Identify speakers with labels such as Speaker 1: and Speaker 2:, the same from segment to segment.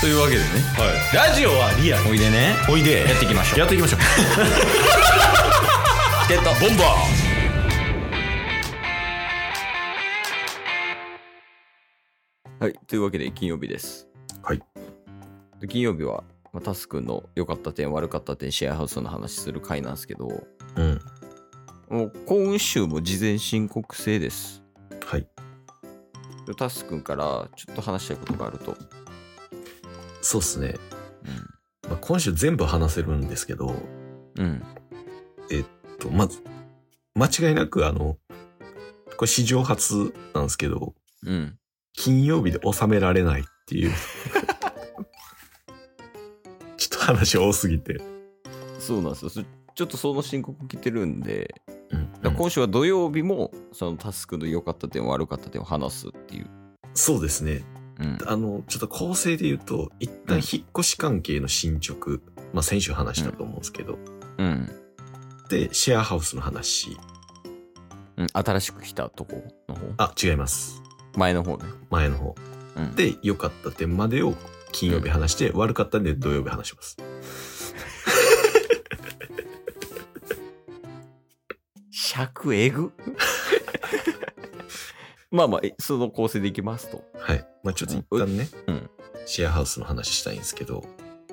Speaker 1: というわけでね
Speaker 2: ラジオはリアル
Speaker 1: おいでね
Speaker 2: おいで
Speaker 1: やっていきましょう
Speaker 2: やっていきましょう
Speaker 1: チケットボンバーはいというわけで金曜日です
Speaker 2: はい
Speaker 1: で金曜日は、まあ、タスクの良かった点悪かった点シェアハウスの話する回なんですけど
Speaker 2: うん
Speaker 1: もう今週も事前申告制です
Speaker 2: はい
Speaker 1: でタス君からちょっと話したいことがあると、
Speaker 2: そうっすね、まあ、今週全部話せるんですけど
Speaker 1: うん、
Speaker 2: とまず間違いなくあのこれ史上初なんですけど
Speaker 1: うん。
Speaker 2: 金曜日で収められないっていう ちょっと話多すぎて、
Speaker 1: そうなんですよ。そちょっとその申告来てるんで、
Speaker 2: うん
Speaker 1: だから今週は土曜日も、そのタスクの良かった点、悪かった点を話すっていう。
Speaker 2: そうですね
Speaker 1: うん。
Speaker 2: あのちょっと構成で言うと一旦引っ越し関係の進捗、まあ先週話したと思うんですけど、
Speaker 1: うん。
Speaker 2: でシェアハウスの話
Speaker 1: うん、新しく来たとこの方
Speaker 2: あ違います
Speaker 1: 前の方ね。
Speaker 2: 前の方
Speaker 1: うん、
Speaker 2: で良かった点までを金曜日話して、悪かったんで土曜日話します
Speaker 1: 尺えぐ まあまあ、えその構成でいきますと。
Speaker 2: はいまあちょっと一旦ね、
Speaker 1: うん
Speaker 2: シェアハウスの話したいんですけど、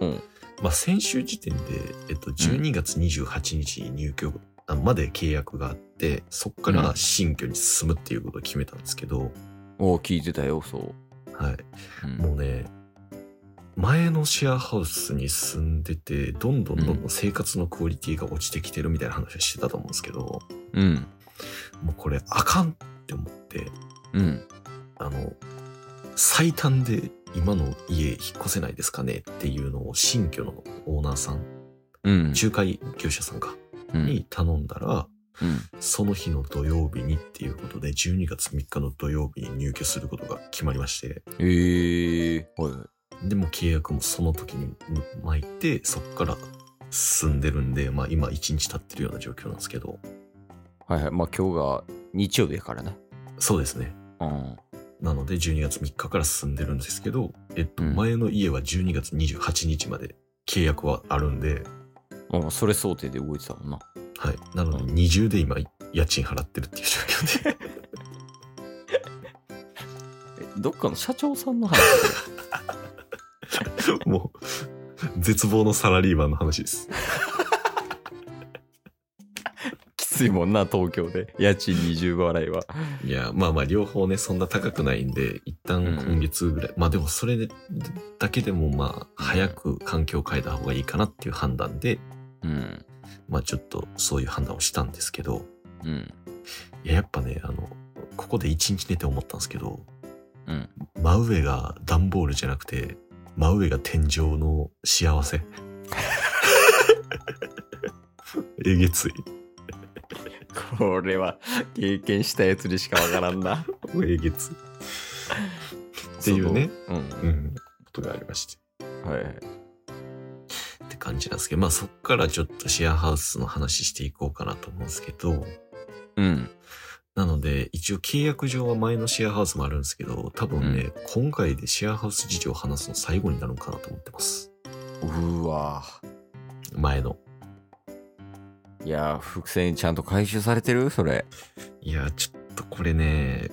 Speaker 1: うん
Speaker 2: まあ先週時点で、えっと、12月28日に入居あまで契約があってそこから新居に進むっていうことを決めたんですけど、
Speaker 1: おお、聞いてたよ、そう。
Speaker 2: はい
Speaker 1: うん
Speaker 2: もうね、前のシェアハウスに住んでて、どんどんどんどん生活のクオリティが落ちてきてるみたいな話をしてたと思うんですけど、も
Speaker 1: うん。
Speaker 2: うこれあかんって思って、
Speaker 1: うん。
Speaker 2: あの、最短で今の家引っ越せないですかねっていうのを新居のオーナーさん、
Speaker 1: うん。
Speaker 2: 仲介業者さんか、
Speaker 1: うん
Speaker 2: に頼んだら、
Speaker 1: うん
Speaker 2: その日の土曜日にっていうことで、12月3日の土曜日に入居することが決まりまして、
Speaker 1: えー、はいはい。
Speaker 2: でもう契約もその時に巻いてそこから進んでるんで、まあ、今1日経ってるような状況なんですけど
Speaker 1: はいはい。まあ今日が日曜日やからね。
Speaker 2: そうですね
Speaker 1: うん。
Speaker 2: なので12月3日から進んでるんですけど、えっと、
Speaker 1: うん
Speaker 2: 前の家は12月28日まで契約はあるんで、
Speaker 1: うん、それ想定で動いてたもんな。
Speaker 2: はい、なので20で今家賃払ってるっていう状況で
Speaker 1: えどっかの社長さんの話
Speaker 2: もう絶望のサラリーマンの話です
Speaker 1: きついもんな東京で家賃20払いはい
Speaker 2: やまあまあ両方ねそんな高くないんで一旦今月ぐらい、まあでもそれでだけでもまあ早く環境を変えた方がいいかなっていう判断で
Speaker 1: うん
Speaker 2: まあちょっとそういう判断をしたんですけど
Speaker 1: うん
Speaker 2: いややっぱねあのここで一日寝て思ったんですけど
Speaker 1: うん
Speaker 2: 真上が段ボールじゃなくて真上が天井の幸 せえげつい
Speaker 1: これは経験したやつにしかわからんな
Speaker 2: えげついっていうね
Speaker 1: その うん
Speaker 2: うんことがありまして
Speaker 1: はいはい
Speaker 2: って感じなんですけど、まあそっからちょっとシェアハウスの話していこうかなと思うんですけど、
Speaker 1: うん
Speaker 2: なので一応契約上は前のシェアハウスもあるんですけど、多分ね、今回でシェアハウス事情を話すの最後になるのかなと思ってます。
Speaker 1: うーわ
Speaker 2: 前の。
Speaker 1: いやー伏線ちゃんと回収されてるそれ
Speaker 2: いや、ちょっとこれね、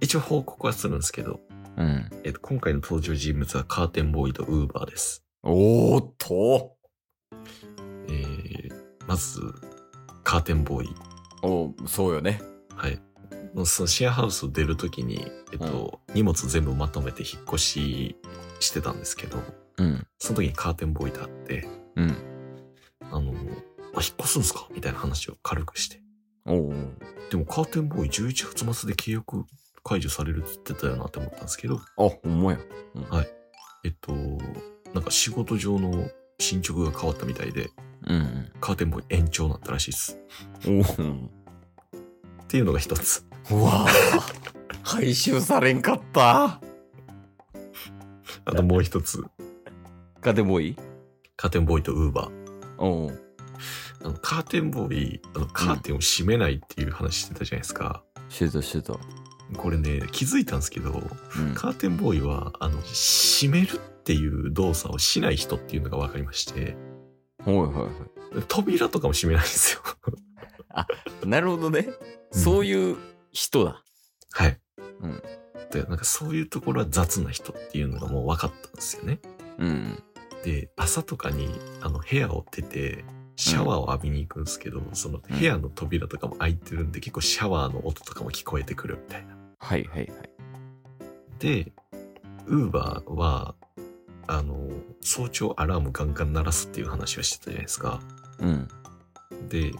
Speaker 2: 一応報告はするんですけど、
Speaker 1: うん
Speaker 2: えっと、今回の登場人物はカーテンボーイとウーバーです。
Speaker 1: おーっと
Speaker 2: えー、まず、カーテンボーイ。
Speaker 1: おそうよね
Speaker 2: はい。もうそのシェアハウスを出るときに、えっと、荷物全部まとめて引っ越ししてたんですけど、
Speaker 1: うん
Speaker 2: その時にカーテンボーイと会って、
Speaker 1: うん
Speaker 2: あの、あ、引っ越すんすかみたいな話を軽くして。
Speaker 1: おー
Speaker 2: でもカーテンボーイ11月末で契約解除されるって言ってたよなって思ったんですけど、
Speaker 1: あほんまや
Speaker 2: えっと、なんか仕事上の進捗が変わったみたいで、
Speaker 1: うん
Speaker 2: カーテンボーイ延長になったらしいです。
Speaker 1: うんおー
Speaker 2: っていうのが 一つ。
Speaker 1: うわー回収されんかった
Speaker 2: あともう一つ。
Speaker 1: かでもいい
Speaker 2: カーテンボーイとウーバー。
Speaker 1: おう
Speaker 2: あのカーテンボーイあのカーテンを閉めないっていう話してたじゃないですか、
Speaker 1: してたしてた
Speaker 2: これね、気づいたんですけど、
Speaker 1: うん
Speaker 2: カーテンボーイは、あの、閉めるっていう動作をしない人っていうのが分かりまして、
Speaker 1: はいはいは
Speaker 2: 扉とかも閉めないんですよ。
Speaker 1: い。なるほどね。そういう人だ。
Speaker 2: はい。
Speaker 1: うん
Speaker 2: で、なんかそういうところは雑な人っていうのがもう分かったんですよね。
Speaker 1: うん。
Speaker 2: で、朝とかに、あの、部屋を出て、シャワーを浴びに行くんですけど、その部屋の扉とかも開いてるんで、結構シャワーの音とかも聞こえてくるみたいな。
Speaker 1: はいはいはい。
Speaker 2: で、ウーバーは、あの、早朝アラームガンガン鳴らすっていう話をしてたじゃないですか。
Speaker 1: うん。
Speaker 2: で、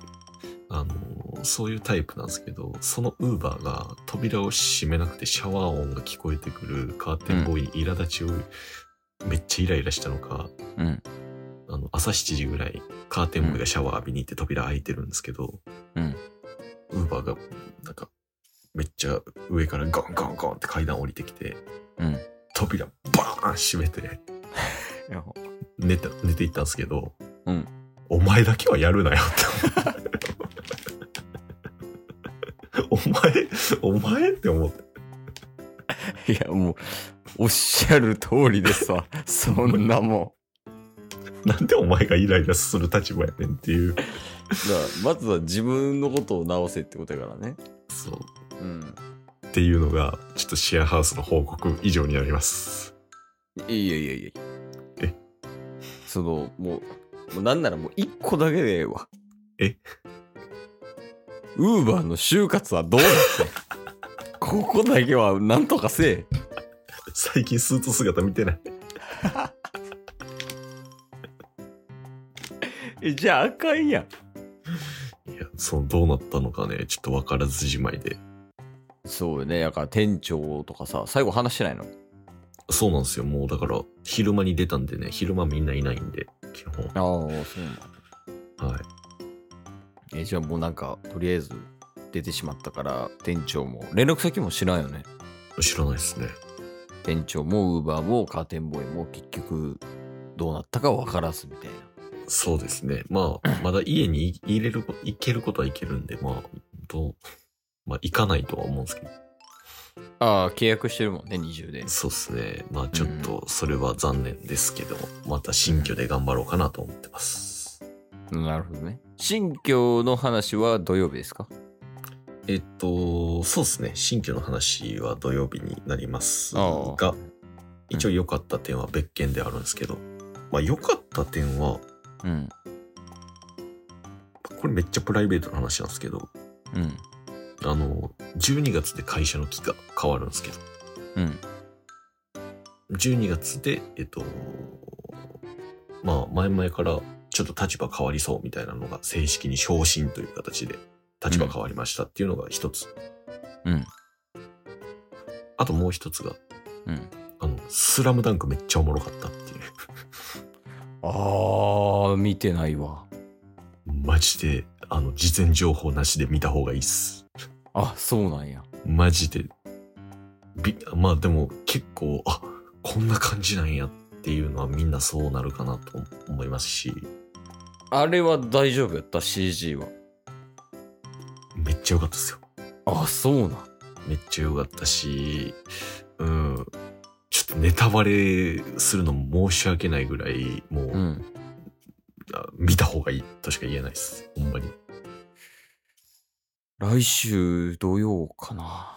Speaker 2: あの、そういうタイプなんですけど、そのウーバーが扉を閉めなくてシャワー音が聞こえてくるカーテンボーイに苛立ちを、めっちゃイライラしたのか、
Speaker 1: うん。
Speaker 2: あの、朝7時ぐらい、カーテンボーイがシャワー浴びに行って扉開いてるんですけど、
Speaker 1: うん。
Speaker 2: ウーバーが、なんか、めっちゃ上からガンガンガンって階段降りてきて、
Speaker 1: うん。
Speaker 2: 扉バーン閉めて、寝て、寝ていったんですけど、
Speaker 1: うん
Speaker 2: お前だけはやるなよって思って。お前、お前って思って。
Speaker 1: いや、もう、おっしゃる通りです わ。そんなも
Speaker 2: なんでお前がイライラする立場やねんっていう。
Speaker 1: ん。だからまずは自分のことを直せってことやからね。
Speaker 2: そう。
Speaker 1: うん。
Speaker 2: っていうのが、ちょっとシェアハウスの報告以上になります。
Speaker 1: いやいやいやいや。
Speaker 2: え
Speaker 1: その、もう、もうなんならもう一個だけでええわ。
Speaker 2: え
Speaker 1: ウーバーの就活はどうな ってんここだけはなんとかせえ。
Speaker 2: 最近スーツ姿見てない。
Speaker 1: え、じゃああかんやん。
Speaker 2: いや、そのどうなったのかね、ちょっとわからずじまいで。
Speaker 1: そうよね。だから店長とかさ、最後話してないの。
Speaker 2: そうなんですよ。もうだから、昼間に出たんでね、昼間みんないないんで、基本。
Speaker 1: ああ、そうなんだ。
Speaker 2: はい。
Speaker 1: え、じゃあもうなんか、とりあえず出てしまったから、店長も、連絡先も知らんよね。
Speaker 2: 知らないですね。
Speaker 1: 店長もウーバーもカーテンボーイも結局、どうなったか分からずみたいな。
Speaker 2: そうですね。まあ、まだ家にい入れるこ、行けることは行けるんで、まあ、どう、まあ、行かないとは思うんですけど、
Speaker 1: ああ、契約してるもんね、20で。
Speaker 2: そうですね。まあ、ちょっと、それは残念ですけど、また新居で頑張ろうかなと思ってます。
Speaker 1: なるほどね。新居の話は土曜日ですか
Speaker 2: えっと、そうですね。新居の話は土曜日になります
Speaker 1: あ
Speaker 2: が、一応良かった点は別件であるんですけど、まあ、良かった点は、
Speaker 1: うん。
Speaker 2: これめっちゃプライベートの話なんですけど、
Speaker 1: うん。
Speaker 2: あの、12月で会社の期が変わるんですけど、
Speaker 1: うん。
Speaker 2: 12月で、えっと、まあ、前々からちょっと立場変わりそうみたいなのが正式に昇進という形で立場変わりましたっていうのが一つ。
Speaker 1: うん。
Speaker 2: あともう一つが、
Speaker 1: うん。
Speaker 2: あの、スラムダンクめっちゃおもろかったっていう。
Speaker 1: ああ、見てないわ。
Speaker 2: マジで、あの、事前情報なしで見た方がいいっす。
Speaker 1: あ、そうなんや。
Speaker 2: マジで。びまあでも結構、あ、こんな感じなんやっていうのはみんなそうなるかなと思いますし、
Speaker 1: あれは大丈夫やった ?CG は。
Speaker 2: めっちゃ良かったですよ。
Speaker 1: あ、そうなん。
Speaker 2: めっちゃ良かったし、うん、ちょっとネタバレするのも申し訳ないぐらい、もう、
Speaker 1: うん。
Speaker 2: あ見た方がいいとしか言えないです。ほんまに。
Speaker 1: 来週土曜かな。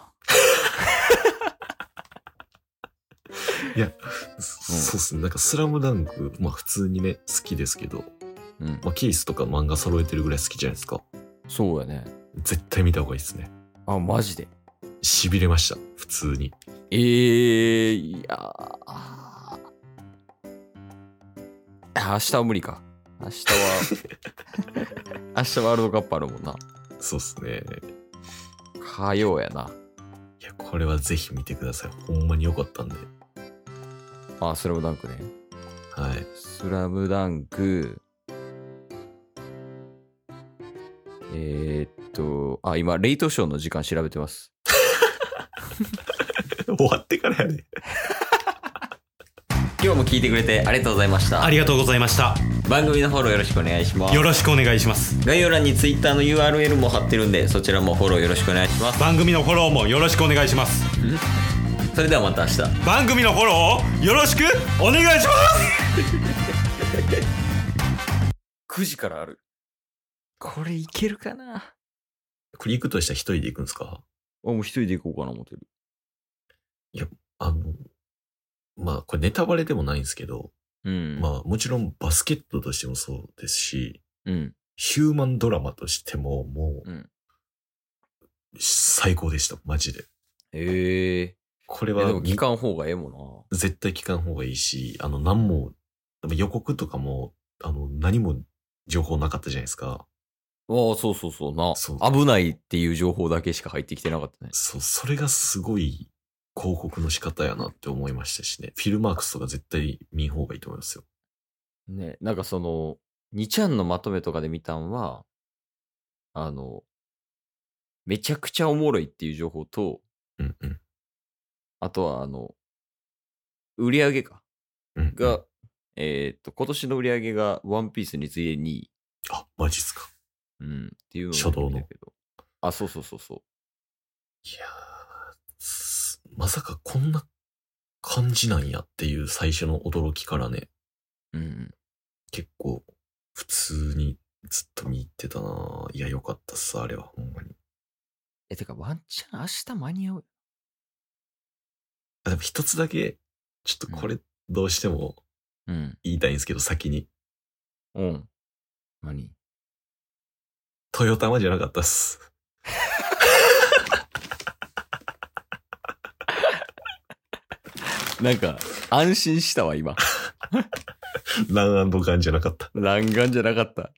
Speaker 2: そそうっすね。なんかスラムダンク、まあ普通にね、好きですけど、
Speaker 1: うん。
Speaker 2: まあケースとか漫画揃えてるぐらい好きじゃないですか。
Speaker 1: そうやね。
Speaker 2: 絶対見た方がいいですね。
Speaker 1: あ、マジで。
Speaker 2: 痺れました。普通に。
Speaker 1: ええー、いやーあー。明日は無理か。明日は、 明日ワールドカップあるもんな。
Speaker 2: そうっすね。
Speaker 1: 火曜やな。
Speaker 2: いや、これはぜひ見てください。ほんまに良かったんで。
Speaker 1: あ、スラムダンクね。
Speaker 2: はい。
Speaker 1: スラムダンク。えー、っと、あ、今、レイトショーの時間調べてます。
Speaker 2: 終わってからやね。
Speaker 1: 今日も聞いてくれてありがとうございました。
Speaker 3: ありがとうございました。
Speaker 1: 番組のフォローよろしくお願いします
Speaker 3: よろしくお願いします
Speaker 1: 概要欄に Twitter の URL も貼ってるんでそちらもフォローよろしくお願いします
Speaker 3: 番組のフォローもよろしくお願いします
Speaker 1: それではまた明日
Speaker 3: 番組のフォローをよろしくお願いします
Speaker 1: 9時からあるこれいけるかな
Speaker 2: これ行くとしたら一人で行くんですか
Speaker 1: あもう一人で行こうかな思ってる
Speaker 2: あの、まあ、これネタバレでもないんですけど、
Speaker 1: うん
Speaker 2: まあ、もちろんバスケットとしてもそうですし、
Speaker 1: うん
Speaker 2: ヒューマンドラマとしても、もう、
Speaker 1: うん
Speaker 2: 最高でした、マジで。
Speaker 1: へえ
Speaker 2: これ
Speaker 1: ー、いやで
Speaker 2: は
Speaker 1: も、聞かん方がええも
Speaker 2: 絶対聞かん方がいいし、あの、何も、でも予告とかも、あの、何も情報なかったじゃないですか。
Speaker 1: んなああそうそうそうな
Speaker 2: そう
Speaker 1: 危ないっていう情報だけしか入ってきてなかったね
Speaker 2: そう、それがすごい広告の仕方やなって思いましたしね。フィルマークスとか絶対見ん方がいいと思いますよ。
Speaker 1: ね、なんかその、2ちゃんのまとめとかで見たんは、あの、めちゃくちゃおもろいっていう情報と、
Speaker 2: うんうん。
Speaker 1: あとはあの、売り上げか。
Speaker 2: うんうん、
Speaker 1: が、えーっと、今年の売り上げがワンピースに次いで2位。
Speaker 2: あ、マジっすか。
Speaker 1: うん、っていうのを
Speaker 2: 初動の
Speaker 1: 見たけど。あ、そうそうそうそ
Speaker 2: いやーすまさかこんな感じなんやっていう最初の驚きからね、
Speaker 1: う。うんうん。
Speaker 2: 結構普通にずっと見入ってたなぁいや、よかったっす、あれは、ほんまに。
Speaker 1: え、てか、ワンチャン明日間に合う。
Speaker 2: あ、でも一つだけ、ちょっとこれどうしても
Speaker 1: うん。
Speaker 2: 言いたいんですけど、先に。
Speaker 1: うん。何
Speaker 2: トヨタマじゃなかったっす。
Speaker 1: なんか、安心したわ、今。
Speaker 2: ランガンじゃなかった。
Speaker 1: 弾丸じゃなかった。